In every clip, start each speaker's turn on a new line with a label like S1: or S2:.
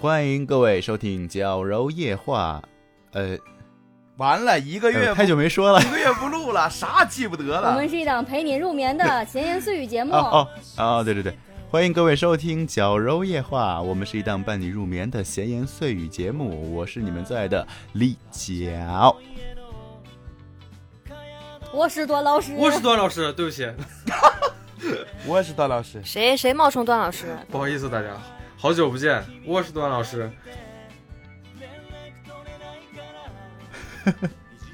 S1: 欢迎各位收听《矫揉夜话》。呃，
S2: 完了一个
S1: 哎呦
S2: 月不、
S1: 太久没说了。
S2: 一个月不录了，啥记不得
S3: 我
S2: 了
S3: 们。是一档陪你入眠 的闲言碎语节目。
S1: 哦哦哦，对对对，欢迎各位收听《矫揉夜话》，我们是一档伴你入眠的闲言碎语节目，我是你们最爱的李角。
S3: 我是段老师，
S4: 我是段老师，对不起，
S2: 我是段老师，
S5: 谁谁冒充段老师？
S4: 不好意思大家，好久不见，我是段老师。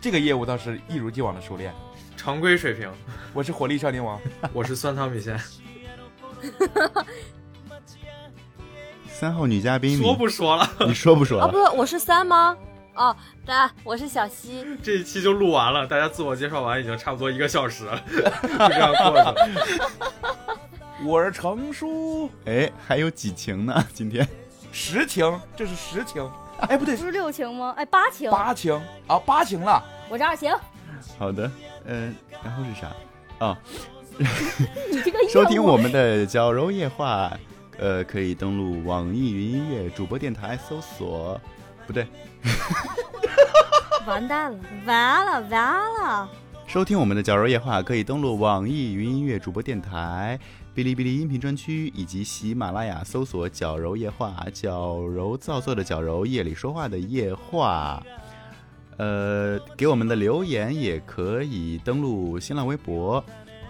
S2: 这个业务倒是一如既往的熟练。
S4: 常规水平，
S2: 我是火力少年 王，
S4: 我是酸汤 米线，
S1: 三号女嘉宾，
S4: 说
S1: 你
S4: 不说了，
S1: 你说不说
S3: 啊
S5: 哦，不
S1: 了？
S5: 是，我是三吗？哦，大家，我是小西。
S4: 这一期就录完了，大家自我介绍完已经差不多一个小时了， 就这样过去了。
S2: 我是程叔，
S1: 哎，还有几情呢？今天
S2: 实情，这是实情。哎，不对
S3: 不，是六情吗？哎，八情，
S2: 八情啊，八情了。
S3: 我这二情。
S1: 好的，嗯、然后是啥？
S3: 你这个
S1: 收听
S3: 业务
S1: 我们的《矫揉夜话》，呃，可以登录网易云音乐主播电台搜索，不对，
S5: 完蛋了，完了，完了！
S1: 收听我们的《矫揉夜话》，可以登录网易云音乐主播电台、哔哩哔哩音频专区以及喜马拉雅搜索“矫揉夜话”，矫揉造作的矫揉，夜里说话的夜话。呃，给我们的留言也可以登录新浪微博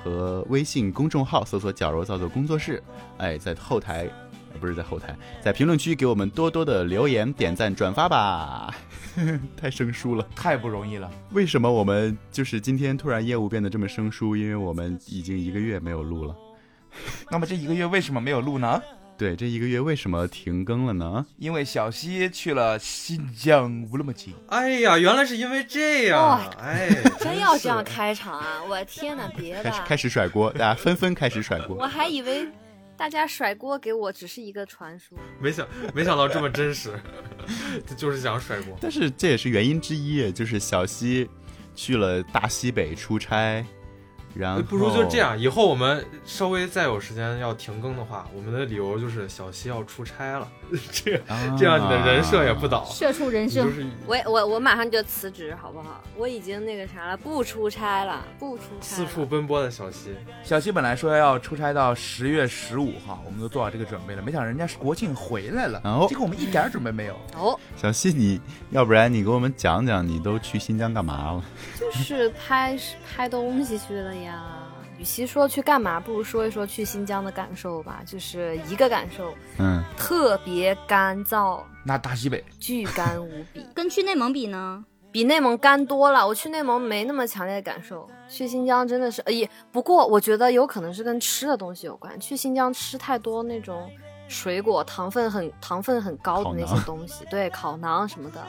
S1: 和微信公众号，搜索“矫揉造作工作室”。哎，在后台，呃不是在后台，在评论区给我们多多的留言、点赞、转发吧。 太生疏了。
S2: 太不容易了，
S1: 为什么我们就是今天突然业务变得这么生疏？因为我们已经一个月没有录了。
S2: 那么这一个月为什么没有录呢？
S1: 对，这一个月为什么停更了呢？
S2: 因为小西去了新疆乌鲁木齐。
S4: 哎呀，原来是因为这样啊，哎，
S5: 真要这样开场啊！我天哪，别
S1: 开始
S5: 吧！
S1: 开始甩锅，大家纷纷开始甩
S5: 我
S1: 锅。
S5: 还以为大家甩锅给我只是一个传说。
S4: 真是没想没想到这么真实， 就是想甩锅。
S1: 但是这也是原因之一，就是小西去了大西北出差，然后
S4: 哎不如就这。样，以后我们稍微再有时间要停更的话，我们的理由就是小西要出差了， 这样
S1: 啊
S4: 这样你的人设也不倒，
S3: 血畜人
S4: 你就
S3: 生，
S4: 是
S5: 我我我马上就辞职，好不好？我已经那个啥了，不出差了，不出差
S4: 四
S5: 了。
S4: 处奔波的小西。
S2: 小西本来说要出差到十月十五号，我们都做好这个准备了，没想到人家是国庆回来了，
S1: 哦
S2: 结果我们一点儿准备没有。
S5: 哦，
S1: 小西你，要不然你给我们讲讲，你都去新疆干嘛了？
S5: 就是拍拍东西去了呀。与其说去干嘛，不如说一说去新疆的感受吧。就是一个感受，
S1: 嗯，
S5: 特别干燥，
S2: 那大西北，
S5: 巨干无 比，
S3: 跟去内蒙比呢？
S5: 比内蒙干多了。我去内蒙没那么强烈的感受，去新疆真的是，哎，不过我觉得有可能是跟吃的东西有关。去新疆吃太多那种水果糖分很糖分很高的那
S1: 烤
S5: 些
S1: 馕
S5: 东西，对，烤馕什么的，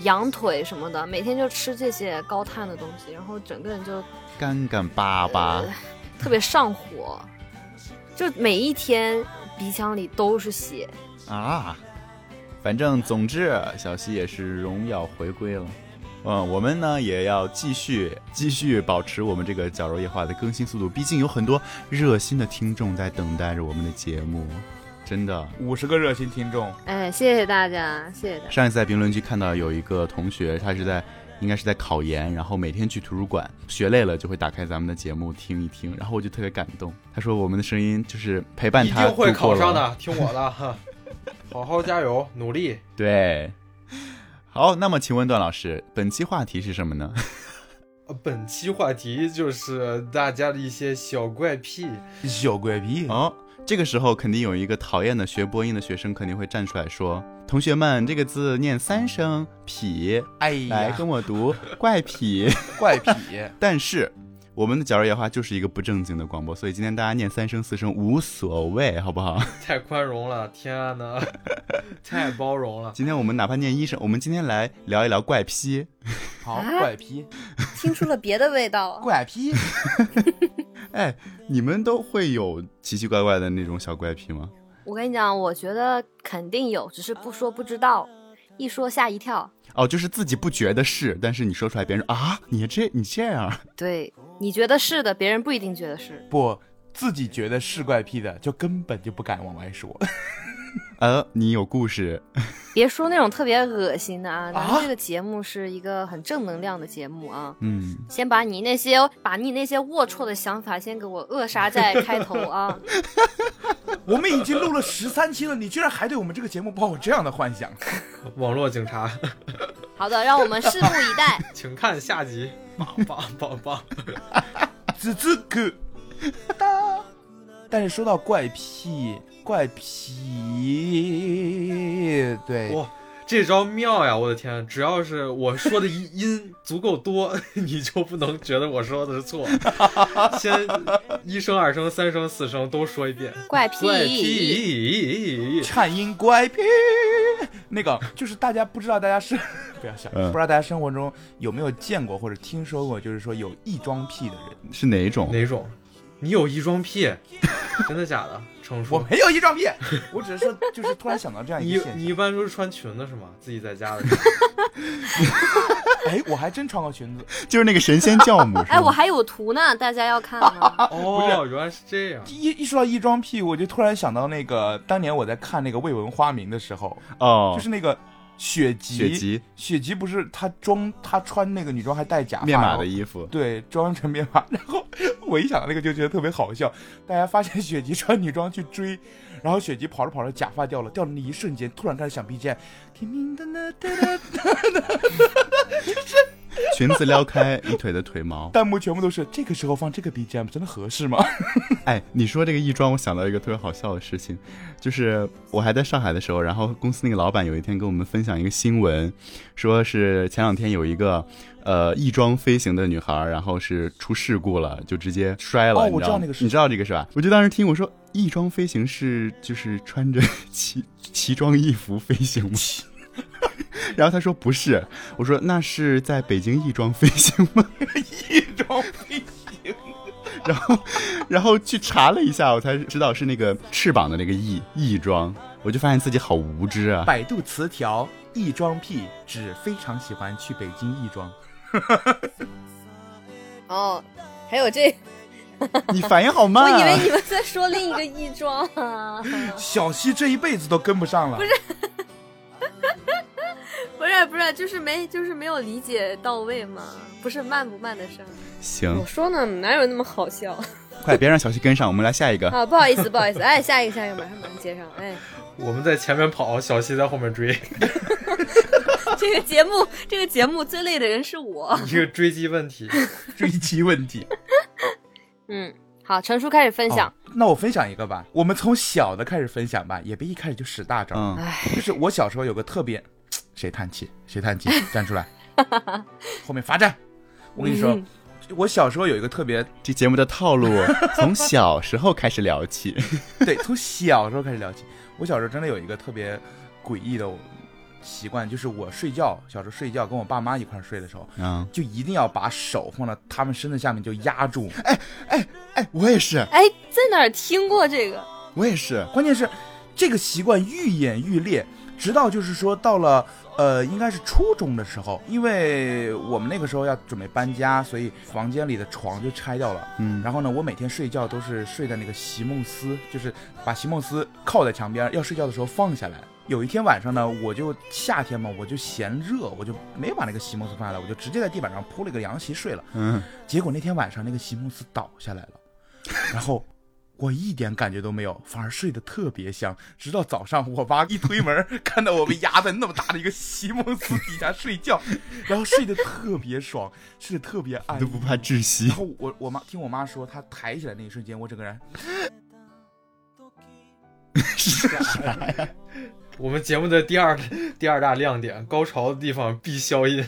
S5: 羊腿什么的，每天就吃这些高碳的东西，然后整个人就
S1: 干干巴巴，
S5: 特别上火，就每一天鼻腔里都是血。
S1: 啊，反正总之，小西也是荣耀回归了。嗯，我们呢也要继续继续保持我们这个“矫揉夜话”的更新速度，毕竟有很多热心的听众在等待着我们的节目，真的。
S2: 五十个热心听众，
S5: 哎，谢谢大家，谢谢大家。
S1: 上一次在评论区看到有一个同学，他是在应该是在考研，然后每天去图书馆，学累了就会打开咱们的节目听一听，然后我就特别感动。他说我们的声音就是陪伴
S4: 一
S1: 他
S4: 定会
S1: 度过
S4: 考
S1: 了
S4: 上的，听我的，哈，好好加油，努力。
S1: 对，好，那么请问段老师，本期话题是什么呢？
S4: 呃本期话题就是大家的一些小怪癖，
S2: 小怪癖
S1: 哦，这个时候肯定有一个讨厌的学播音的学生肯定会站出来说：“同学们，这个字念三声痞，
S2: 哎
S1: 来
S2: 呀，
S1: 跟我读怪痞。
S2: 怪癖”
S1: 但是我们的角儿野话就是一个不正经的广播，所以今天大家念三声四声无所谓，好不好？
S4: 太宽容了，天呐，太包容了。
S1: 今天我们哪怕念一声，我们今天来聊一聊怪癖。
S2: 好，
S5: 啊
S2: 怪癖，
S5: 听出了别的味道。
S2: 怪癖，
S1: 哎，你们都会有奇奇怪怪的那种小怪癖吗？
S5: 我跟你讲，我觉得肯定有，只是不说不知道，一说吓一跳。
S1: 哦，就是自己不觉得是，但是你说出来，别人说啊，你这你这样啊，
S5: 对，你觉得是的，别人不一定觉得是。
S2: 不，自己觉得是怪癖的，就根本就不敢往外说。
S1: 呃，你有故事，
S5: 别说那种特别恶心的啊，咱
S2: 啊
S5: 们这个节目是一个很正能量的节目啊。
S1: 嗯，
S5: 先把你那些哦把你那些龌龊的想法先给我扼杀在开头啊！
S2: 我们已经录了十三期了，你居然还对我们这个节目抱有这样的幻 想？
S4: 网络警察，
S5: 好的，让我们拭目以待。
S4: 请看下集。棒棒棒棒！
S2: 滋滋 咯，但是说到怪癖，怪癖，
S1: 哎
S2: 对，
S4: 哇，这招妙呀！我的天，只要是我说的音音足够多， 你就不能觉得我说的是错。先一声、二声、三声、四声都说一遍。
S5: 怪
S4: 怪
S5: 癖，
S4: 癖！
S2: 颤音怪癖。那个就是大家不知道，大家是 不要笑，
S1: 嗯
S2: 不知道大家生活中有没有见过或者听说过，就是说有异装癖的人。
S1: 是哪一种？
S4: 哪种？你有异装 癖？真的假的？程
S2: 我
S4: 叔，
S2: 没有异装癖，我只是说，就是突然想到这样一
S4: 你
S2: 个现
S4: 你
S2: 象。
S4: 一般都是穿裙子是吗？自己在家的时
S2: 哎，我还真穿过裙子，
S1: 就是那个神仙教母，是
S5: 哎，
S1: 吗
S5: 我还有图呢，大家要看
S2: 啊
S5: 吗？
S4: 候。哦，原来是这样。
S2: 一一说到异装癖，我就突然想到那个当年我在看那个《未闻花名》的时候，
S1: 哦，
S2: 就是那个雪姬，
S1: 雪姬
S2: 雪姬不是她装，她穿那个女装还戴假发，
S1: 面
S2: 然
S1: 马
S2: 后
S1: 的衣服，
S2: 对，装成面马。 然后我一想到那个就觉得特别好笑。大家发现雪姬穿女装去追，然后雪姬跑着跑着假发掉了，掉的那一瞬间，突然开始想 BGM，叮叮当当当当
S1: 裙子撩开一腿的腿毛。
S2: 弹幕全部都是这个时候放这个 BGM 真的合适吗？
S1: 哎，你说这个亦庄，我想到一个特别好笑的事情，就是我还在上海的时候，然后公司那个老板有一天跟我们分享一个新闻，说是前两天有一个呃翼装飞行的女孩，然后是出事故了，就直接摔了。
S2: 哦
S1: 你
S2: 我知道那个事
S1: 你知道这个是吧？我就当时听我说翼装飞行是就是穿着 奇奇装异服飞行吗？ 然后他说不是，我说那是在北京翼装飞行吗？
S2: 异装癖。
S1: 然后，然后去查了一下，我才知道是那个翅膀的那个翼翼装，我就发现自己好无知啊！
S2: 百度词条异装癖指非常喜欢去北京异装。
S5: 哦，还有 这，
S1: 你反应好慢、
S3: 我
S1: 啊，
S3: 以为你们在说另一个异装 啊，
S2: 小西这一辈子都跟不上了，不是
S5: 不是不是，就是没就是没有理解到位嘛，不是慢不慢的事儿。
S1: 行
S5: 我，说呢，哪有那么好笑
S1: 快别让小西跟上，我们来下一个。
S5: 啊？不好意思不好意 思，哎，下一个下一个，马上马上接上，哎，
S4: 我们在前面跑，小西在后面 追，
S5: 这个节目这个节目最累的人是我。
S4: 一个追击问题。
S2: 追击问题。哦
S5: 嗯，好，陈叔开始分享。
S2: 那我分享一个吧，我们从小的开始分享吧，也别一开始就使大招。
S1: 嗯，
S2: 就是我小时候有个特别，谁叹气？谁叹气？ 站出来！后面罚站！我跟你说，
S5: 嗯
S2: 我小时候有一个特别，
S1: 这节目的套路从小时候开始聊 起。
S2: 对，从小时候开始聊起。我小时候真的有一个特别诡异的习惯，就是我睡觉，小时候睡觉跟我爸妈一块儿睡的时候，
S1: 嗯，
S2: 就一定要把手放到他们身子下面就压住。
S1: 哎，我也是，
S5: 哎，在哪儿听过这个？
S1: 我也是，
S2: 关键是这个习惯愈演愈烈，直到就是说到了呃，应该是初中的时候，因为我们那个时候要准备搬家，所以房间里的床就拆掉了。
S1: 嗯，
S2: 然后呢，我每天睡觉都是睡在那个席梦思，就是把席梦思靠在墙边，要睡觉的时候放下来。有一天晚上呢，我就夏天嘛，我就嫌热，我就没把那个席梦思放下来，我就直接在地板上铺了个凉席睡了。
S1: 嗯，
S2: 结果那天晚上那个席梦思倒下来了，然后我一点感觉都没有，反而睡得特别香。直到早上我妈一推门，看到我被压在那么大的一个席梦思底下睡觉，然后睡得特别爽，睡得特别安
S1: 都
S2: 逸
S1: 不。怕窒息
S2: 然。后我我妈听我妈说，她抬起来那一瞬间，我整个人
S4: 我们节目的第二第二大亮点，高潮的地方必 消音。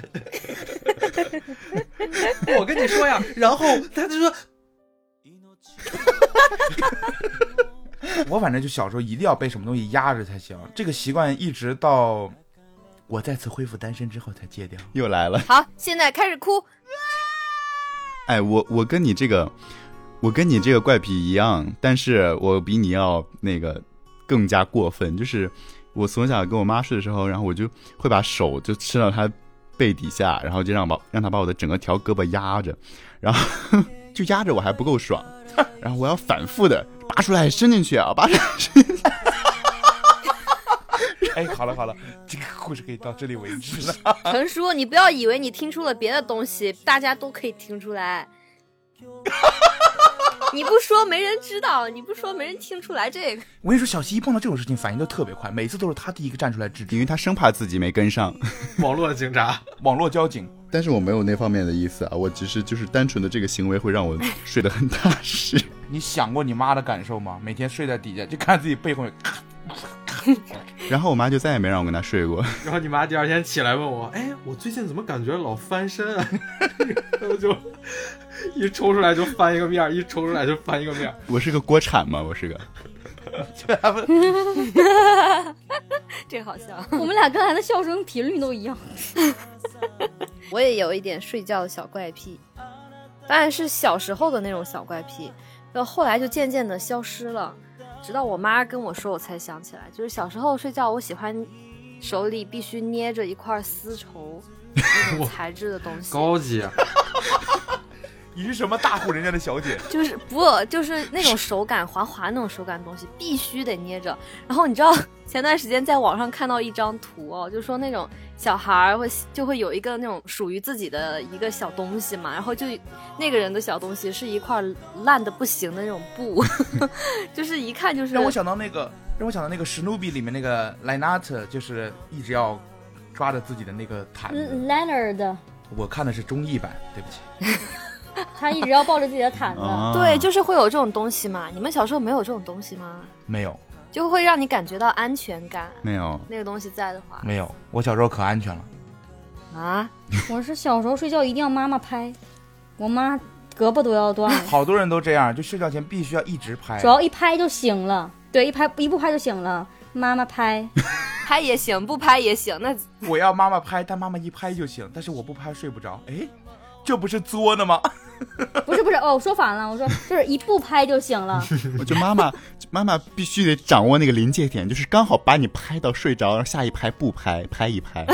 S4: 我跟你说呀，然后他就说
S2: 我反正就小时候一定要被什么东西压着才行，这个习惯一直到我再次恢复单身之后才戒掉。
S1: 又来了。
S5: 好，现在开始哭。
S1: 哎，我我跟你这个，我跟你这个怪癖一样，但是我比你要那个更加过分，就是我从小跟我妈睡的时候，然后我就会把手就伸到她背底下，然后就让把让她把我的整个条胳膊压着，然后就压着我还不够爽，然后我要反复的拔出来伸进去啊，拔出来伸进去。
S2: 哎，好了好了，这个故事可以到这里为止了。
S5: 陈叔，你不要以为你听出了别的东西，大家都可以听出 来。你不说没人知道，你不说没人听出来这个。
S2: 我跟你说，小西一碰到这种事情反应都特别快，每次都是他第一个站出来制止。
S1: 因为他生怕自己没跟上。
S4: 网络警察，
S2: 网络交警，
S1: 但是我没有那方面的意思啊，我只是就是单纯的这个行为会让我睡得很踏实。
S2: 你想过你妈的感受吗？每天睡在底下就看自己背后有，
S1: 然后我妈就再也没让我跟她睡过。
S4: 然后你妈第二天起来问我，哎，我最近怎么感觉老翻身啊？ 然后就一抽出来就翻一个面儿，一抽出来就翻一个面儿。
S1: 我是个锅铲嘛，我是个。
S5: 这好笑。
S3: 我们俩刚才的笑声频率都一样。
S5: 我也有一点睡觉的小怪癖，当然是小时候的那种小怪癖，然后后来就渐渐的消失了，直到我妈跟我说，我才想起来，就是小时候睡觉，我喜欢手里必须捏着一块丝绸那种材质的东西，
S4: 高 级，
S2: 你是什么大户人家的小姐？
S5: 就是不就是那种手感滑滑那种手感的东西，必须得捏着。然后你知道 前段时间在网上看到一张图哦，就说那种小孩儿会就会有一个那种属于自己的一个小东西嘛，然后就那个人的小东西是一块烂的不行的那种布， 就是一看就 是
S2: 让我想到那个，让我想到那个史努比里面那个莱纳特，就是一直要抓着自己的那个毯
S3: 嗯
S2: 子。
S3: Leonard，
S2: 我看的是中译版，对不起。
S3: 他一直要抱着自己的毯子。
S1: 啊、
S5: 嗯对，就是会有这种东西嘛。你们小时候没有这种东西吗？
S2: 没有，
S5: 就会让你感觉到安全感。
S1: 没有。
S5: 那个东西在的
S3: 啊
S5: 话
S2: 没有，我小时候可安全了。
S5: 啊，
S3: 我是小时候睡觉一定要妈妈拍，我妈胳膊都要断了，
S2: 好多人都这样，就睡觉前必须要一直拍
S3: 主。要一拍就醒了。对，一拍一不拍就醒了，妈妈拍。
S5: 拍也行，不拍也行，那
S2: 我要妈妈拍，但妈妈一拍就醒，但是我不拍睡不着。哎，这不是作呢吗？
S3: 不是不是，哦，我说反了，我说就是一不拍就醒了。
S1: 我觉得妈 妈，妈妈必须得掌握那个临界点，就是刚好把你拍到睡着，然后下一拍不拍，拍一拍。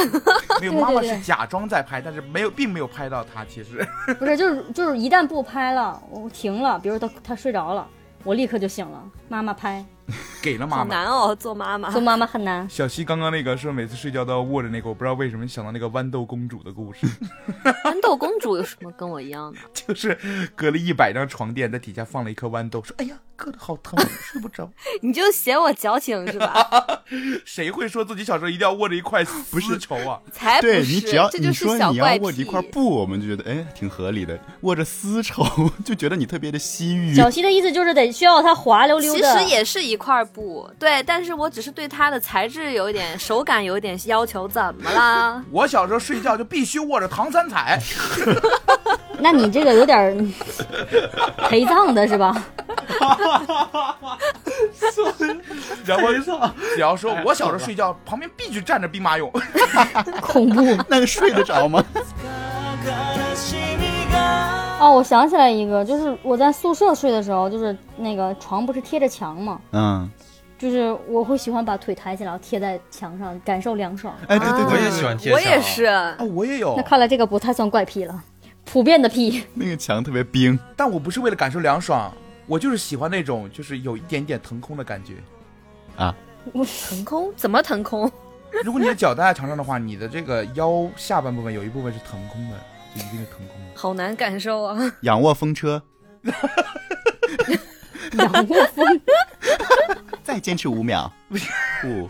S2: 没有，
S3: 对对
S2: 妈妈是
S3: 对
S2: 假装在拍，但是没有，并没有拍到他。其实
S3: 不是，就是就是一旦不拍了，我停了，比如他他睡着了，我立刻就醒了，妈妈拍，
S2: 给了妈
S5: 好
S2: 妈。
S5: 难哦，做妈妈。
S3: 做妈妈很难。
S2: 小西刚刚那个说每次睡觉都要握着那个，我不知道为什么想到那个豌豆公主的故事，
S5: 豌豆公主有什么跟我一样的？
S2: 就是隔了一百张床垫，在底下放了一颗豌豆，说：“哎呀，硌得好疼，睡不着。
S5: 你就嫌我矫情是吧？”
S2: 谁会说自己小时候一定要握着一块丝绸啊？
S5: 才哎不
S1: 对
S5: 是，
S1: 你只要
S5: 这
S1: 你
S5: 就
S1: 说
S5: 是小
S1: 你要
S5: 怪
S1: 握着
S5: 癖。
S1: 一块布，我们就觉得哎挺合理的。握着丝绸就觉得你特别的西域。
S3: 小西的意思就是得需要它滑溜溜
S5: 其
S3: 的，
S5: 实也是一块布，对，但是我只是对它的材质有一点、手感有一点要求，怎么啦？
S2: 我小时候睡觉就必须握着唐三彩，
S3: 那你这个有点儿 陪葬的是吧？
S2: 然后
S4: 没错，
S2: 只要说我小时候睡觉旁边必须站着兵马俑。
S3: 恐怖
S1: 那个睡得着吗？
S3: 哦！我想起来一个，就是我在宿舍睡的时候，就是那个床不是贴着墙嘛，
S1: 嗯，
S3: 就是我会喜欢把腿抬起来，然后贴在墙上，感受凉爽。
S1: 哎， 对对
S5: 啊
S1: 对，
S4: 我也喜欢贴
S5: 我
S4: 墙
S5: 也是，
S2: 啊，我也有
S3: 那，看来这个不太算怪癖了，普遍的癖。
S1: 那个墙特别冰。
S2: 但我不是为了感受凉爽，我就是喜欢那种就是有一点点腾空的感觉。
S5: 腾空怎么腾空？
S2: 如果你的脚搭在墙上的话，你的这个腰下半部分有一部分是腾空的，就一定是腾空的。
S5: 好难感受啊！
S1: 仰卧风车，
S3: 仰卧风，
S1: 再坚持五 秒，五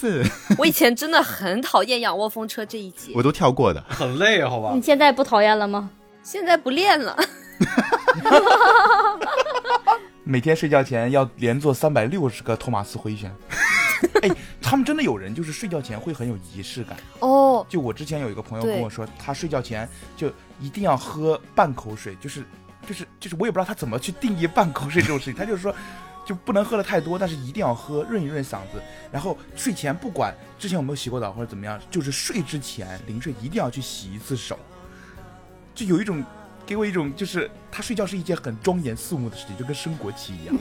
S1: 四，
S5: 我以前真的很讨厌仰卧风车这一节，
S1: 我都跳过的。
S4: 很累，好吧
S3: 你？现在不讨厌了吗？
S5: 现在不练了。
S2: 每天睡觉前要连做三百六十个托马斯回旋。哎，他们真的有人就是睡觉前会很有仪式感。
S5: 哦，
S2: 就我之前有一个朋友
S5: 对
S2: 跟我说，他睡觉前就一定要喝半口水，就是就是就是我也不知道他怎么去定义半口水这种事情，他 就是说就不能喝的太多，但是一定要喝润一润嗓子。然后睡前不管之前有没有洗过澡或者怎么样，就是睡之前临睡一定要去洗一次手，就有一种给我一种就是他睡觉是一件很庄严肃穆的事情，就跟升国旗一样。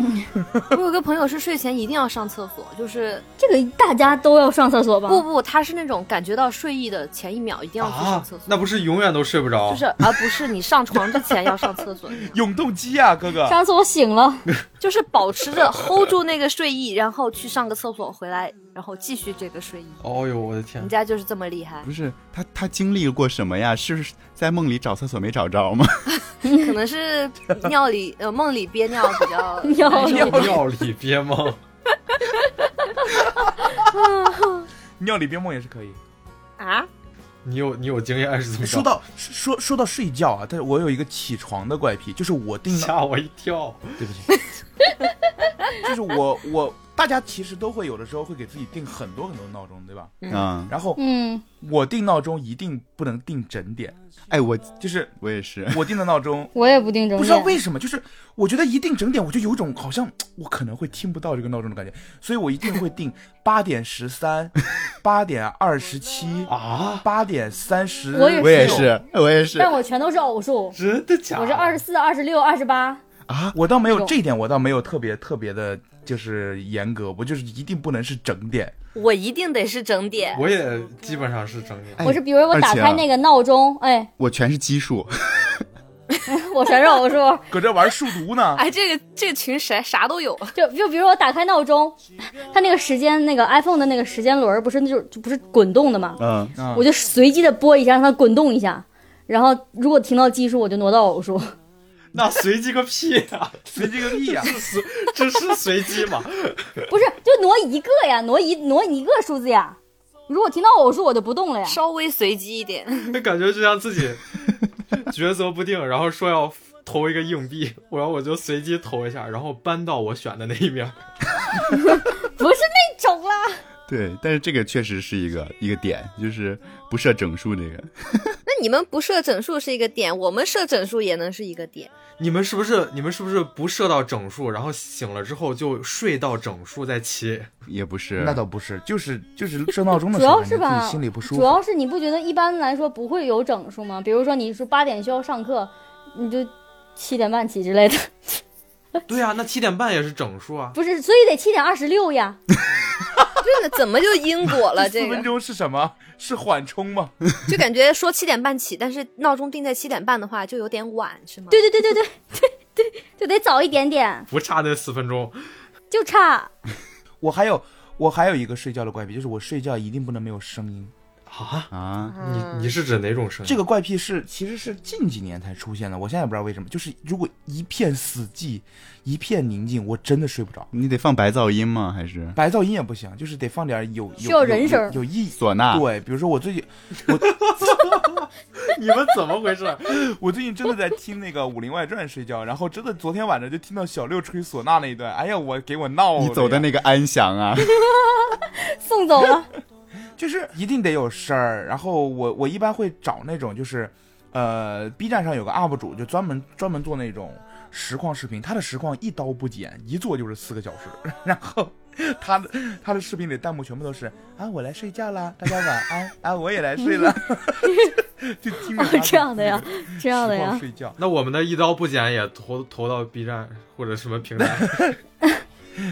S5: 我有个朋友是睡前一定要上厕所，就是
S3: 这个大家都要上厕所吧？
S5: 不不，他是那种感觉到睡意的前一秒一定要去上
S4: 啊
S5: 厕所，，
S4: 那不是永远都睡不着？
S5: 就是而不是你上床之前要上厕所，
S2: 永动机啊，哥 哥，
S3: 上次我醒了，
S5: 就是保持着 hold 住那个睡意，然后去上个厕所回来，然后继续这个睡意。
S4: 哦呦，我的天
S5: 人！家就是这么厉害，
S1: 不是他他经历过什么呀？是在梦里找厕所没找着吗？
S5: 可能是尿里呃梦里 憋尿比较
S3: 尿
S5: 难受
S3: 里
S4: 庙里憋梦，
S2: 尿里憋梦也是可以。
S5: 啊，
S4: 你有你有经验是怎么着？
S2: 说到说说到睡觉啊，但是我有一个起床的怪癖，就是我定闹，
S4: 吓我一跳！
S2: 对不起， 就是我我大家其实都会有的时候会给自己定很多很多闹钟，对吧？
S1: 嗯，
S2: 然后
S3: 嗯，，
S2: 我定闹钟一定不能定整点，
S1: 哎，我
S2: 就是
S1: 我也 是，
S2: 我定的闹钟
S3: 我也不定整
S2: 不知道
S3: 点。
S2: 为什么，就是我觉得一定整点，我就有一种好像我可能会听不到这个闹钟的感觉，所以我一定会 定八点十三、八点二十七、
S4: 啊，
S2: 八点三十。
S3: 我也
S1: 我也是，我也是
S3: 但我全都是偶数，
S4: 真的假的？
S3: 我是二十四、二十六、二十八。
S1: 啊，
S2: 我倒没有
S3: 有
S2: 这一点，我倒没有特别特别的，就是严格，我就是一定不能是整点。
S5: 我一定得是整点。
S4: 我也基本上是整点。
S1: 哎
S3: 我是比如我打
S1: 而且啊
S3: 开那个闹钟，哎，
S1: 我全是奇数，
S3: 我全是偶数。
S2: 搁这玩数独 呢，
S5: 哎，这个这个群啥啥都有，
S3: 就就比如我打开闹钟，它那个时间那个 iPhone 的那个时间轮儿不是那种就不是滚动的嘛，
S1: 嗯，
S2: 啊
S3: 我就随机的拨一下，让它滚动一下。然后如果停到奇数，我就挪到偶数。
S4: 那随机个屁啊！
S2: 随机个屁呀、
S4: 这是这是随机吗？
S3: 不是，就挪一个呀，挪一挪一个数字呀。如果停到偶数，我就不动了呀。
S5: 稍微随机一点。
S4: 那感觉就像自己抉择不定，然后说要投一个硬币，然后我就随机投一下，然后搬到我选的那一面。
S3: 不是那种啦，
S1: 对，但是这个确实是一个一个点，就是不设整数这个，
S5: 那你们不设整数是一个点，我们设整数也能是一个点。
S4: 你们是不是你们是不是不设到整数，然后醒了之后就睡到整数再起？
S1: 也不是，
S2: 那倒不是，就是就是设闹钟的
S3: 主
S2: 时候，
S3: 要
S2: 感觉
S3: 是
S2: 自
S3: 吧
S2: 己，心里不舒
S3: 主
S2: 服。
S3: 要是你不觉得一般来说不会有整数吗？比如说你是八点需要上课，你就七点半起之类的，
S4: 对啊呀、那七点半也是整数啊。
S3: 不是，所以得七点二十六呀。
S5: 这个怎么就因果了？
S2: 四
S5: 这个
S2: 分钟是什么？是缓冲吗？
S5: 就感觉说七点半起，但是闹钟定在七点半的话，就有点晚，是吗？
S3: 对对对对对对对，就得早一点点，
S4: 不差那四分钟，
S3: 就差
S2: 我还有我还有一个睡觉的怪癖，就是我睡觉一定不能没有声音。
S1: 啊，
S3: 嗯
S4: 你你是指哪种声音？
S2: 这个怪癖是其实是近几年才出现的，我现在也不知道为什么。就是如果一片死寂，一片宁静，我真的睡不着。
S1: 你得放白噪音吗？还是
S2: 白噪音也不行，就是得放点有有
S3: 需要人声
S2: 有有有意
S1: 唢呐？
S2: 对，比如说我最近
S4: 你们怎么回事？
S2: 我最近真的在听那个《武林外传》睡觉，然后真的昨天晚上就听到小六吹唢呐那一段，哎呀，我给我闹
S1: 你走的
S2: 呀
S1: 那个安详啊，
S3: 送走了。
S2: 就是一定得有声儿。然后我我一般会找那种就是，呃，B 站上有个 UP 主就专门专门做那种实况视频，他的实况一刀不剪，一做就是四个小时。 然后他的他的视频里弹幕全部都是啊，我来睡觉啦，大家晚安啊，我也来睡了， 就听着他
S3: 哦这样的呀， 这
S2: 这
S3: 样的
S2: 实况
S3: 呀，
S2: 睡觉。
S4: 那我们的一刀不剪也投投到 B 站或者什么 平台，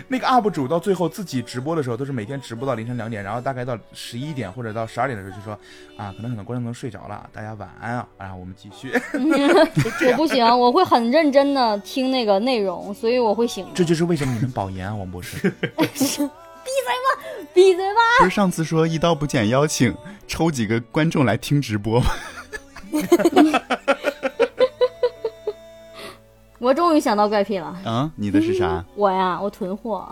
S2: 那个 UP 主到最后自己直播的时候，都是每天直播到凌晨两点，然后大概到十一点或者到十二点的时候就说啊，可能很多观众都睡着了，大家晚安啊，然后我们继续。
S3: 我不行，我会很认真的听那个内容，所以我会醒的。
S2: 这就是为什么你们保研啊，王博 士。
S3: 闭嘴吧！
S1: 不是上次说一刀不剪邀请抽几个观众来听直播吗？
S3: 我终于想到怪癖了，
S1: 啊，你的是啥？
S3: 我呀，我 囤货，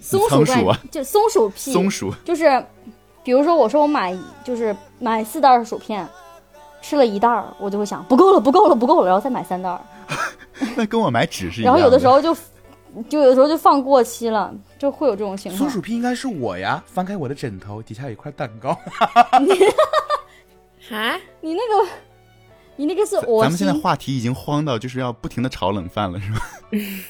S3: 松
S1: 你仓
S3: 鼠怪
S1: 鼠啊，
S3: 就松鼠癖，
S1: 松 鼠，
S3: 就是，比如说我说我买就是买四袋儿薯片，吃了一袋儿，我就会想不够了，不够了，不够了，然后再买三袋儿，
S1: 那跟我买纸是一
S3: 然
S1: 样
S3: 后有的时候就就有的时候就放过期了，就会有这种情
S2: 松
S3: 况。
S2: 鼠屁应该是我呀，翻开我的枕头，底下有一块蛋糕。
S5: 啊，
S3: 你那个，你那个是
S1: 咱
S3: 我
S1: 们现在话题已经荒到就是要不停的炒冷饭了，是吧？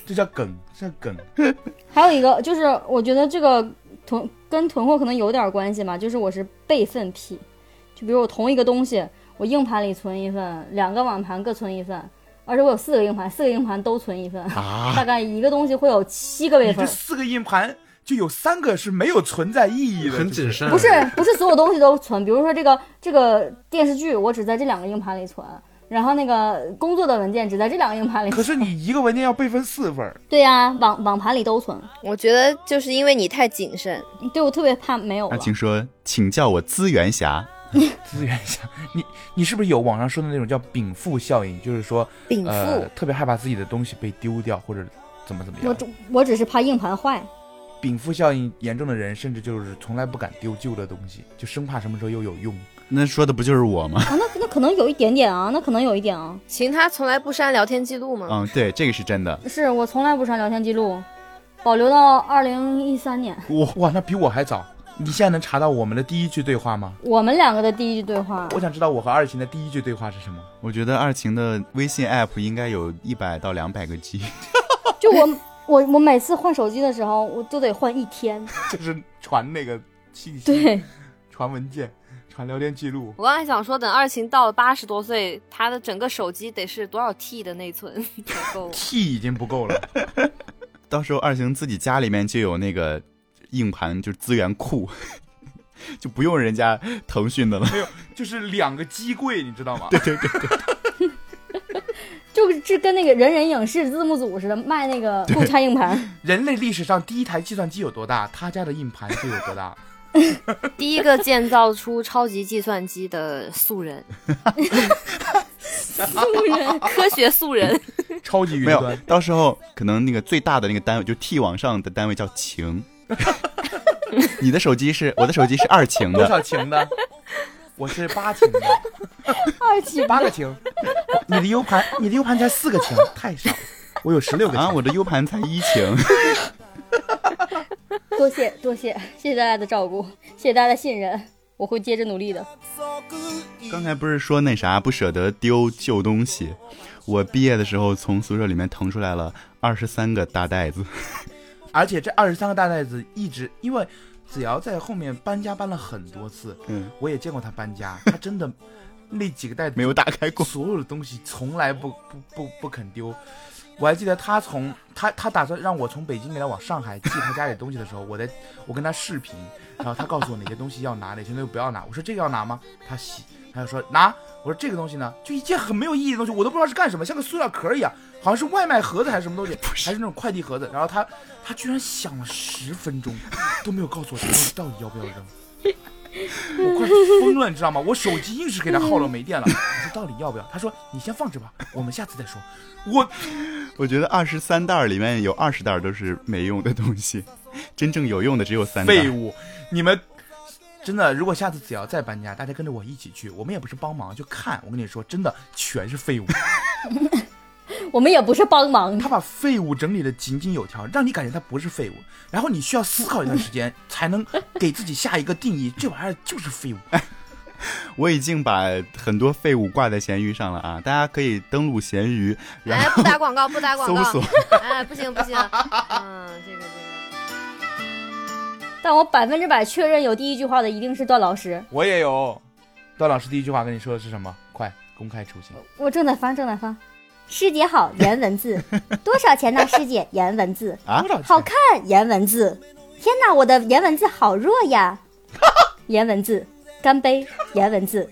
S2: 这叫梗，这叫梗。
S3: 还有一个就是，我觉得这个囤跟囤货可能有点关系吧，就是我是备份癖，就比如我同一个东西，我硬盘里存一份，两个网盘各存一份，而且我有四个硬盘，四个硬盘都存一份，
S1: 啊，
S3: 大概一个东西会有七个位
S2: 你
S3: 份
S2: 这。四个硬盘就有三个是没有存在意义的，
S4: 很
S2: 就是
S4: 谨慎，
S3: 不是不是所有东西都存，比如说这个这个电视剧，我只在这两个硬盘里存，然后那个工作的文件只在这两个硬盘里
S2: 可
S3: 存。
S2: 是你一个文件要备份四份儿，
S3: 对呀、网网盘里都存。
S5: 我觉得就是因为你太谨慎，
S3: 对我特别怕没有
S1: 那
S3: 了。
S1: 请说，请叫我资源侠。
S2: 资源一下，你你是不是有网上说的那种叫禀赋效应？就是说，
S5: 禀
S2: 呃
S1: 哎
S5: 赋，
S2: 特别害怕自己的东西被丢掉或者怎么怎么
S3: 我
S2: 样。
S3: 只我只是怕硬盘坏。
S2: 禀赋效应严重的人，甚至就是从来不敢丢旧的东西，就生怕什么时候又有用。
S1: 那说的不就是我吗？
S3: 啊，那那可能有一点点啊，那可能有一点啊。
S5: 行，他从来不删聊天记录吗？
S1: 嗯，对，这个是真的。
S3: 是我从来不删聊天记录，保留到二零一三年。
S2: 哇，那比我还早！你现在能查到我们的第一句对话吗？
S3: 我们两个的第一句对话，
S2: 我想知道我和二琴的第一句对话是什么。
S1: 我觉得二晴的微信 app 应该有一百到两百个 G。
S3: 就 我我我每次换手机的时候，我就得换一天。
S2: 就是传那个信息，
S3: 对，
S2: 传文件，传聊天记录。
S5: 我刚才想说，等二琴到了八十多岁，她的整个手机得是多少 T 的内存 才够？
S2: T 已经不够了，
S1: 到时候二晴自己家里面就有那个硬盘，就是资源库， 就不用人家腾讯的了。
S2: 就是两个机柜，你知道吗？
S3: 就是这跟那个人人影视字幕组似的，卖那个固态硬盘。
S2: 人类历史上第一台计算机有多大，他家的硬盘就有 多大。
S5: 第一个建造出超级计算机的素人， 科学素人，
S2: 超级云
S1: 没有
S2: 端，，
S1: 到时候可能那个最大的那个单位，就 T 往上的单位叫 晴。你的手机是我的手机是二晴
S2: 多
S1: 的，
S2: 少情的？ 我是八情的，
S3: 二期
S2: 八个情。你的 U 盘，你的 U 盘才四个情，太少了。我有十六个
S1: 啊，
S2: 情。
S1: 我的 U 盘才一 晴。
S3: 多谢多谢，谢谢大家的照顾，谢谢大家的信任，我会接着努力的。
S1: 刚才不是说那啥不舍得丢旧东西，我毕业的时候从宿舍里面腾出来了二十三个大袋子，
S2: 而且这二十三个大袋子一直，因为子瑶在后面搬家搬了很多次，
S1: 嗯，
S2: 我也见过她搬家，她真的那几个袋子
S1: 没有打开过。
S2: 所有的东西从来不不不不肯丢。我还记得他从他他打算让我从北京给他往上海寄他家里东西的时候，我在我跟他视频，然后他告诉我哪些东西要拿，哪些东西不要拿。我说这个要拿吗？他洗，他就说拿。我说这个东西呢，就一件很没有意义的东西，我都不知道是干什么，像个塑料壳一样，好像是外卖盒子还是什么 东西，还是那种快递盒子。然后他他居然想了十分钟，都没有告诉我这东西到底要不要扔。我快疯了，你知道吗？我手机硬是给他耗到没电了。我说到底要不要？他说你先放着吧，我们下次再说。我
S1: 我觉得二十三袋儿里面有二十袋儿都是没用的东西， 真正有用的只有三袋
S2: 废
S1: 儿。
S2: 物，你们真的，如果下次只要再搬家，大家跟着我一起去，我们也不是帮忙，就看。我跟你说，真的全是废物。
S3: 我们也不是帮忙，
S2: 他把废物整理的井井有条，让你感觉他不是废物，然后你需要思考一段时间，才能给自己下一个定义，这玩意儿就是废物。
S1: 我已经把很多废物挂在闲鱼上了啊，大家可以登录闲鱼，然
S5: 哎，
S1: 后
S5: 不打广告，不打广
S1: 搜
S5: 告
S1: 索，
S5: 哎，不行不行，嗯，这个这
S3: 但我百分之百确认有第一句话的一定是段老师。
S2: 我也有。段老师第一句话跟你说的是什么？快公开处刑！
S3: 我正在翻，正在翻。师姐好，颜文字，多少钱呢？师姐，颜文字，
S1: 啊
S2: 多少钱
S3: 好看，颜文字。天哪，我的颜文字好弱呀！颜文字，干杯，颜文字，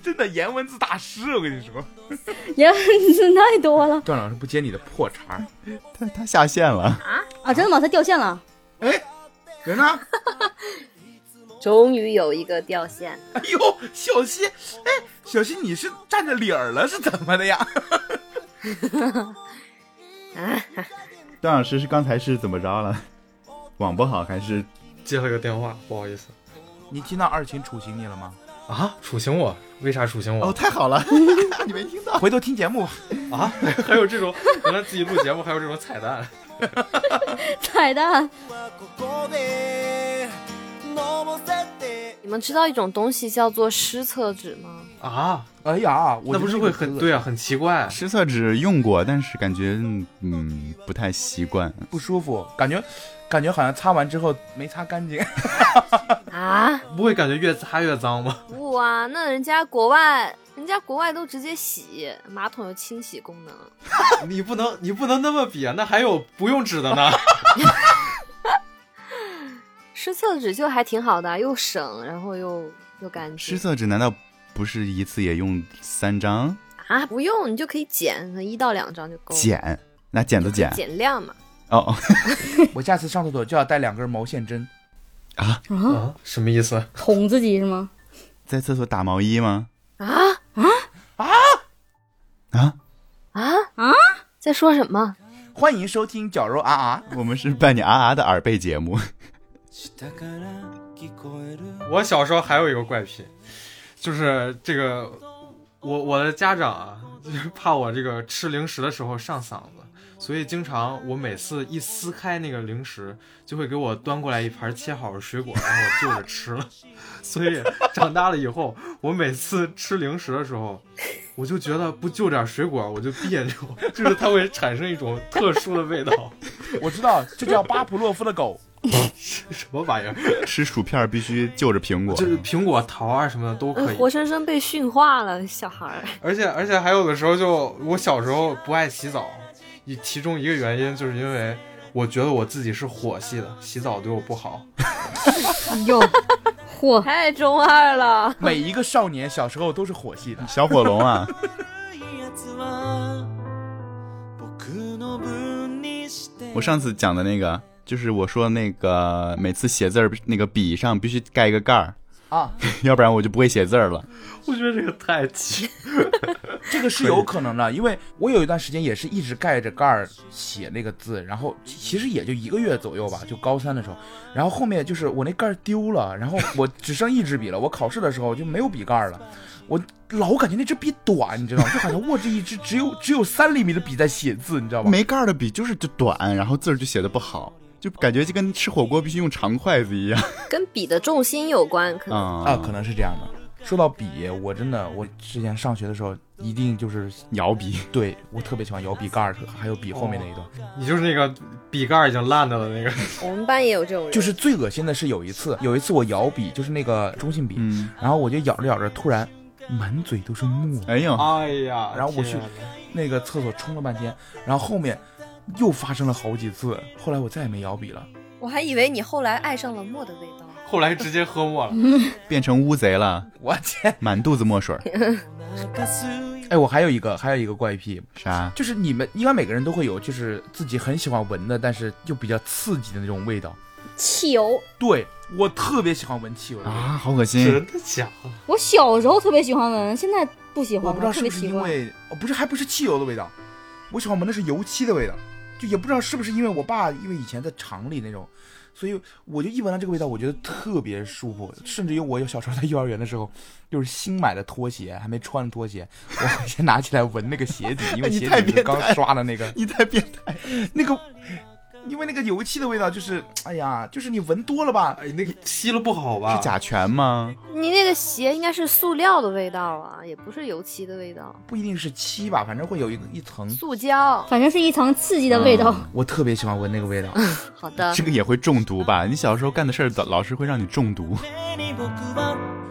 S2: 真的颜文字大师，我跟你说。
S3: 颜文字太多了
S2: 段老师不接你的破茬儿，
S1: 他他下线了。
S3: 啊！真的吗？他掉线了。
S2: 哎人呢？
S5: 个，终于有一个掉线，
S2: 哎呦，小西，哎，小西，你是占着理儿了，是怎么的呀？
S5: 啊
S1: 段老师是刚才是怎么着了？网不好还是
S4: 接了个电话，不好意思
S2: 你听到二琴处刑你了 吗？
S4: 啊，处刑我，为啥处刑我？
S1: 哦，太好了， 你没听到。
S2: 回头听节目吧。
S4: 啊， 还有这种，原来自己录节目还有这种彩蛋，
S3: 彩蛋，
S5: 你们知道一种东西叫做湿厕纸吗？
S4: 啊，
S2: 哎呀，我
S4: 那不是会
S2: 觉
S4: 很
S2: 得
S4: 对啊，很奇怪。
S1: 湿厕纸用过，但是感觉嗯不太习惯。
S2: 不舒服，感觉感觉好像擦完之后没擦干净。
S5: 啊，
S4: 不会感觉越擦越脏吗？
S5: 不啊，那人家国外人人家国外都直接洗，马桶有清洗功能。
S4: 你不能你不能那么比啊，那还有不用纸 的呢。
S5: 湿厕纸就还挺好的，啊又省，然后又又干
S1: 湿
S5: 净
S1: 厕纸难道不是一次也用三张？
S5: 啊，不用你就可以剪，可能一到两张就够了。
S1: 剪，拿剪子剪。
S5: 减量嘛，
S1: 哦哦，
S2: 我下次上厕所就要带两根毛线针，
S3: 啊，
S4: 啊，什么意思？
S3: 捅自己是吗？
S1: 在厕所打毛衣吗？
S5: 啊
S1: 啊，
S5: 啊啊，在说什么？
S2: 欢迎收听绞肉啊啊！
S1: 我们是伴你啊啊的耳背节目。
S4: 我小时候还有一个怪癖，就是这个，我我的家长啊，就是 怕我这个吃零食的时候上嗓子，所以经常我每次一撕开那个零食，就会给我端过来一盘切好的水果，然后我就着吃了。 所以长大了以后，我每次吃零食的时候，我就觉得不就点水果我就别扭， 就是它会产生一种特殊的味道，
S2: 我知道，这叫巴甫洛夫的狗。
S4: 什么玩意儿？
S1: 吃薯片必须就着苹果
S4: 就。是苹果、桃啊什么的都可以。
S5: 呃活生生被驯化了，小孩儿。
S4: 而且而且还有的时候就我小时候不爱洗澡，以其中一个原因就是因为我觉得我自己是火系的，洗澡对我不好。
S3: 哟，哎嚯，
S5: 太中二了，
S2: 每一个少年小时候都是火系的，
S1: 小火龙啊，我上次讲的那个，就是我说那个每次写字儿那个笔上必须盖一个盖儿
S2: 啊，
S1: 要不然我就不会写字儿了。
S4: 我觉得这个太奇，
S2: 这个是有可能的，因为我有一段时间也是一直盖着盖儿写那个字，然后其其实也就一个月左右吧，就高三的时候，然后后面就是我那盖儿丢了，然后我只剩一支笔了，我考试的时候就没有笔盖儿了，我老感觉那支笔短，你知道吗？就好像握着一支只有只有三厘米的笔在写字，你知道吗？
S1: 没盖儿的笔就是就短，然后字儿就写的不好，就感觉就跟吃火锅必须用长筷子一样
S5: 跟笔的重心有关，可能、
S1: 啊
S2: 啊，可能是这样的。说到笔，我真的，我之前上学的时候，一定就是
S1: 摇笔。
S2: 对我特别喜欢摇笔盖儿，还有笔后面那一段。
S4: 你就是那个笔盖已经烂的 了那个。
S5: 我们班也有这种人，
S2: 就是最恶心的是有一次，有一次我摇笔，就是那个中性笔，
S1: 嗯，
S2: 然后我就咬着咬着，突然满嘴都是沫，
S1: 哎呦，
S4: 哎呀，
S2: 然后我去
S4: 天哪
S2: 那个厕所冲了半天，然后后面又发生了好几次，后来我再也没摇笔了。
S5: 我还以为你后来爱上了墨的味道。
S4: 后来直接喝沫了。
S2: 嗯
S1: 变成乌贼了，
S2: 我天！
S1: 满肚子墨水儿。
S2: 哎，我还有一个，还有一个怪癖，
S1: 啥？
S2: 就是你们应该每个人都会有，就是自己很喜欢闻的，但是又比较刺激的那种味道。
S3: 汽油！
S2: 对我特别喜欢闻汽油的味道。
S1: 啊，好恶心！
S4: 真的假
S2: 嗯
S4: 的？
S3: 我小时候特别喜欢闻，现在不喜欢
S2: 我不知道
S3: 了，特
S2: 是
S3: 别
S2: 不是
S3: 奇
S2: 因
S3: 怪。
S2: 为，哦，不是，还不是汽油的味道，我喜欢闻的是油漆的味道，就也不知道是不是因为我爸因为以前在厂里那种，所以我就一闻到这个味道，我觉得特别舒服，甚至于我有小时候在幼儿园的时候，就是新买的拖鞋还没穿的拖鞋，我先拿起来闻那个鞋底，因
S1: 哎
S2: 为
S1: 你
S2: 鞋
S1: 太
S2: 底是
S1: 变
S2: 刚
S1: 态
S2: 刷的那个
S1: 你太变态！
S2: 那个。因为那个油漆的味道，就是，哎呀，就是你闻多了吧，
S4: 哎，那个吸了不好吧？
S1: 是甲醛吗？
S5: 你那个鞋应该是塑料的味道啊，也不是油漆的味道，
S2: 不一定是漆吧，反正会有一个一层。
S5: 塑胶。
S3: 反正是一层刺激的味道。
S1: 嗯
S2: 我特别喜欢闻那个味道，
S5: 好的
S1: 这，个也会中毒吧？你小时候干的事儿，老老师会让你中毒。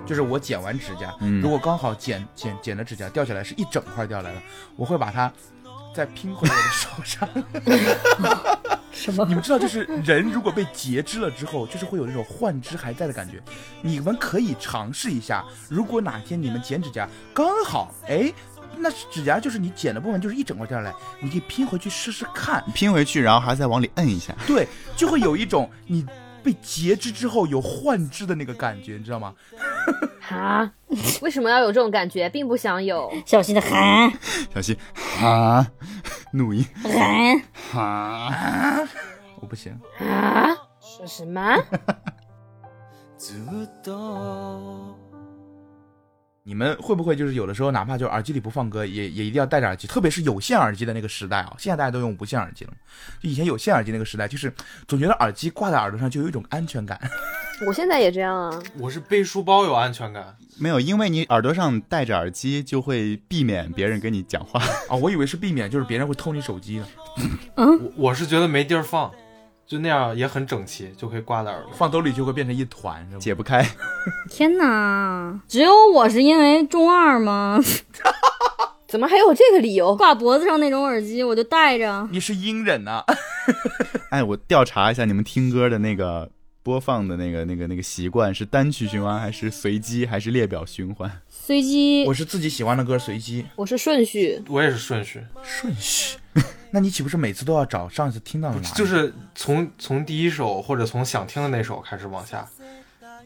S2: 就是我剪完指甲，
S1: 嗯
S2: 如果刚好剪剪剪的指甲掉下来是一整块掉下来的，我会把它再拼回我的手上。
S3: 什么
S2: 你？们知道，就是人如果被截肢了之后，就是会有那种幻肢还在的感觉。你们可以尝试一下，如果哪天你们剪指甲刚好，哎，那指甲就是你剪的部分就是一整块掉下来，你可以拼回去试试看。
S1: 拼回去，然后还再往里摁一下。
S2: 对，就会有一种你被截肢之后有幻肢的那个感觉，你知道吗？
S5: 哈， 为什么要有这种感觉？并不想有。
S3: 小心的喊
S1: 小心， 哈，怒音，
S3: 喊，
S1: 哈。
S2: 啊 我不行。
S5: 啊？说什么？
S2: 你们会不会就是有的时候，哪怕就是耳机里不放歌，也也一定要戴着耳机？特别是有线耳机的那个时代啊，现在大家都用无线耳机了嘛。就以前有线耳机那个时代，就是总觉得耳机挂在耳朵上就有一种安 全感。
S5: 我现在也这样啊。
S4: 我是背书包有安全感，
S1: 没有，因为你耳朵上戴着耳机，就会避免别人跟你讲话。
S2: 哦啊、我以为是避免就是别人会偷你手机呢。
S4: 我我是觉得没地儿放。就那样也很整齐，就可以挂在耳朵。
S2: 放兜里就会变成一团，是吧？
S1: 解不开。
S3: 天哪，只有我是因为中二吗？
S5: 怎么还有这个理由？
S3: 挂脖子上那种耳机我就戴着，
S2: 你是阴忍呐、
S1: 哎，我调查一下你们听歌的那个播放的那个那个那个习惯是单曲循环还是随机还是列表循环？
S3: 随机
S2: 我是自己喜欢的歌随机
S5: 我是顺序，
S4: 我也是顺序，
S2: 顺 序，那你岂不是每次都要找上一次听到的哪里？
S4: 就是从从第一首或者从想听的那首开始往下。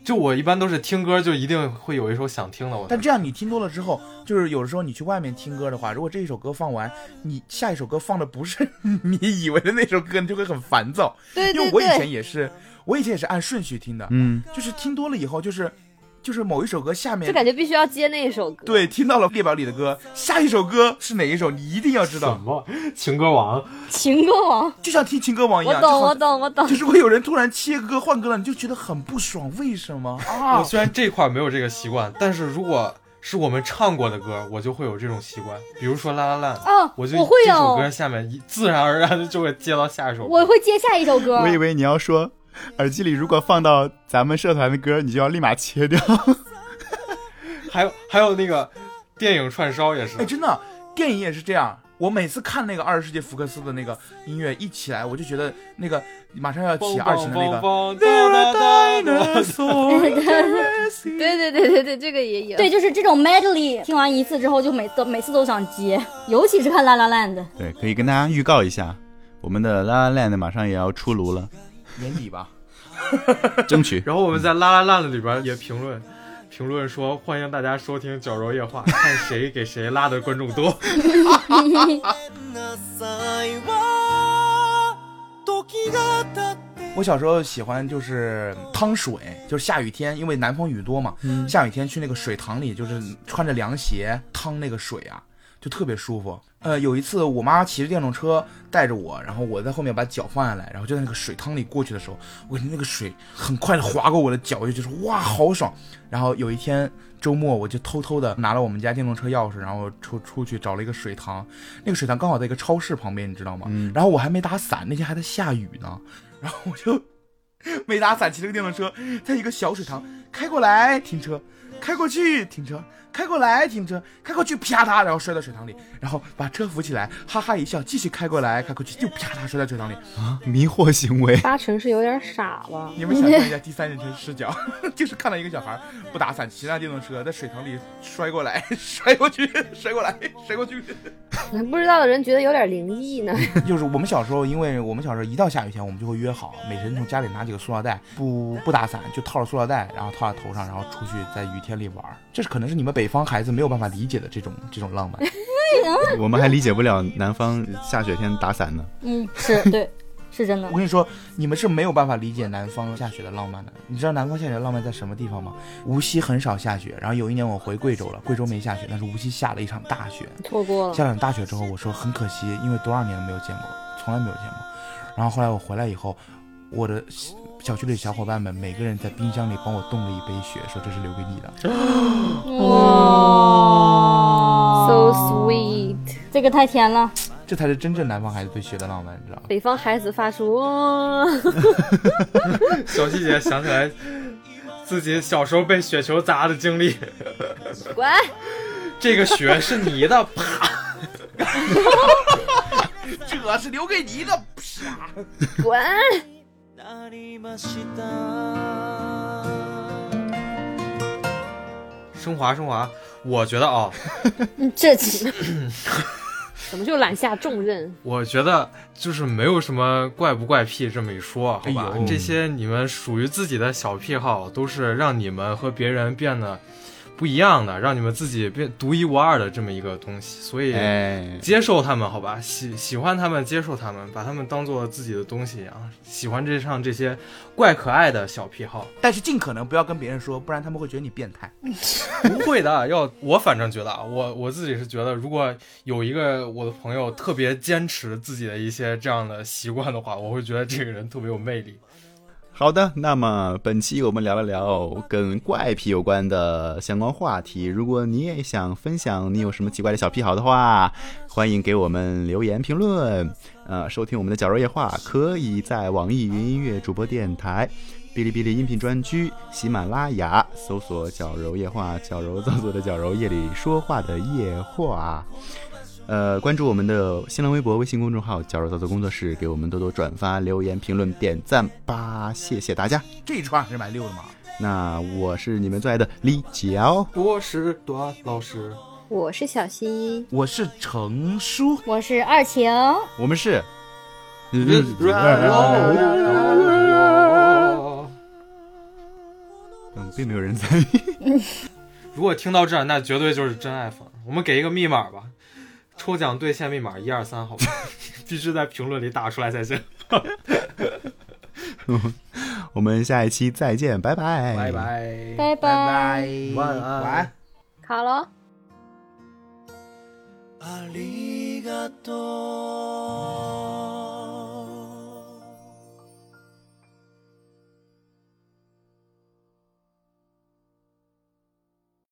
S4: 就我一般都是听歌，就一定会有一首想听的，我才
S2: 但这样你听多了之后，就是有的时候你去外面听歌的话，如果这一首歌放完，你下一首歌放的不是 你以为的那首歌，你就会很烦躁。
S5: 对
S2: 因为
S5: 对
S2: 我以前
S5: 对，
S2: 也是，我以前也是按顺序听的，
S1: 嗯，
S2: 就是听多了以后，就是就是某一首歌下面
S5: 就，感觉必须要接那一首歌。，
S2: 对，听到了列表里的歌，下一首歌是哪一首，你一定要知
S4: 什
S2: 道，
S4: 么情歌王，
S3: 情歌王，
S2: 就像听情歌王一
S3: 我
S2: 样。就
S3: 懂
S2: 哎好
S3: 我懂我懂
S2: 就。是会有人突然切歌换歌了，你就觉得很不爽，为什么
S4: 我
S2: 啊？
S4: 虽然这块儿没有这个习惯，但是如果是我们唱过的歌，我就会有这种习惯。比如说《啦啦烂》，
S3: 哦
S4: 我就
S3: 我会
S4: 这首
S3: 有
S4: 歌下面一自然而然的就会接到下一首歌。
S3: 我会接下一首歌
S1: 我，以为你要说，耳机里如果放到咱们社团的歌，你就要立马切掉。
S4: 还有还有那个电影串烧也是
S2: 哎，，真的，电影也是这样。我每次看那个二十世纪福克斯的那个音乐一起来，我就觉得那个马上要起二十的那个。
S4: 梆梆梆梆梆梆梆
S2: 对
S5: 对对对对对，这个也有。
S3: 对，就是这种 medley，听完一次之后就每都每次都想接，尤其是看《La La Land》。
S1: 对，可以跟大家预告一下，我们的《La La Land》马上也要出炉了，
S2: 年底吧，
S1: 争取。
S4: 然后我们在《啦啦烂》的里边也评论。评论说：“欢迎大家收听《矫揉夜 话》，看谁给谁拉的观众多。
S2: 我小时候喜欢就是趟水，就是下雨天，因为南方雨多嘛，下雨天去那个水塘里，就是穿着凉鞋趟那个水啊，就特别舒服。呃，有一次我妈骑着电动车带着我，然后我在后面把脚放下来，然后就在那个水塘里过去的时候，我感觉那个水很快的划过我的脚，我就觉得哇好爽。然后有一天周末，我就偷偷的拿了我们家电动车钥匙，然后出出去找了一个水塘，那个水塘刚好在一个超市旁边，你知道吗？然后我还没打伞，那天还在下雨呢，然后我就 没打伞，骑了个电动车，在一个小水塘开过来停车，开过去停车，开过来停车，开过去啪嗒，然后摔到水塘里，然后把车扶起来，哈哈一笑，继续开过来，开过去又啪嗒摔到水塘里。
S1: 迷惑行为，
S5: 八成是有点傻吧？
S2: 你们想象一下第三人称视角， 就是看到一个小孩不打伞，骑着电动车在水塘里摔过来、 摔过去、摔过来、 摔过去。
S5: 可能不知道的人觉得有点灵异呢。
S2: 就是我们小时候，因为我们小时候一到下雨天，我们就会约好，每人从家里拿几个塑料袋，不不打伞就套着塑料袋，然后套在头上，然后出去在雨天里玩儿。这是可能是你们北方孩子没有办法理解的这种这种浪漫。
S1: 我们还理解不了南方下雪天打伞呢。
S3: 嗯，是对，是 真的
S2: 我。跟你说，你们是没有办法理解南方下雪的浪漫的。你知道南方下雪的浪漫在什么地方吗？无锡很少下雪，然后有一年我回贵州了，贵州没下雪，但是无锡下了一场大雪。
S3: 错过了
S2: 下，了大雪之后，我说很可惜，因为多少年没有见过，从来没有见过。然后后来我回来以后，我的小小区里小伙伴们每个人在冰箱里帮我冻了一杯雪，说这是留给你的。
S3: 哇
S5: So sweet，
S3: 这个太甜了。
S2: 这才是真正南方孩子对雪的浪漫，你知道吗？
S5: 北方孩子发出哦 哇，
S4: 小细节想起来自己小时候被雪球砸的经历。
S5: 滚！
S4: 这个雪是你的， 啪
S2: 这是留给你的。
S5: 滚！
S6: なりました
S4: 升华升华。我觉得啊，
S3: 嗯，这期
S5: 怎么就揽下重任？
S4: 我觉得就是没有什么怪不怪癖这么一说，好吧？
S2: 哎呦
S4: 这些你们属于自己的小癖好，都是让你们和别人变得不一样的，让你们自己变独一无二的这么一个东西。所以
S1: 哎，
S4: 接受他们，好吧？喜喜欢他们，接受他们，把他们当做自己的东西一样，喜欢这上这些怪可爱的小癖好。
S2: 但是尽可能不要跟别人说，不然他们会觉得你变态。
S4: 不会的，要我反正觉得啊，我我自己是觉得，如果有一个我的朋友特别坚持自己的一些这样的习惯的话，我会觉得这个人特别有魅力。
S1: 好的，那么本期我们聊了聊跟怪癖有关的相关话题。如果你也想分享你有什么奇怪的小癖好的话，欢迎给我们留言评论。呃，收听我们的《绞肉夜话》，可以在网易云音乐主播电台、哔哩哔哩音频专区、喜马拉雅搜索“绞肉夜话”，绞肉造作的绞肉，夜里说话的夜话。呃，关注我们的新浪微博、微信公众号“绞肉造作工作室”，给我们多多转发、留言、评论、点赞吧，谢谢大家。
S2: 这一串是买六的吗？
S1: 那我是你们最爱的李哦绞，
S4: 我是段老师，
S5: 我是小溪，
S2: 我是程叔。
S3: 我是二晴，
S1: 我们是。哦嗯，并没有人参与。
S4: 如果听到这儿，那绝对就是真爱粉。我们给一个密码吧，抽奖兑现密码一二三，好吧？必须在评论里打出来才行。
S1: 我们下一期再见，拜拜，
S4: 拜。拜。
S2: 拜
S3: 拜
S2: 拜，
S4: 晚安
S2: 晚安。
S5: 卡喽。
S6: ありがとう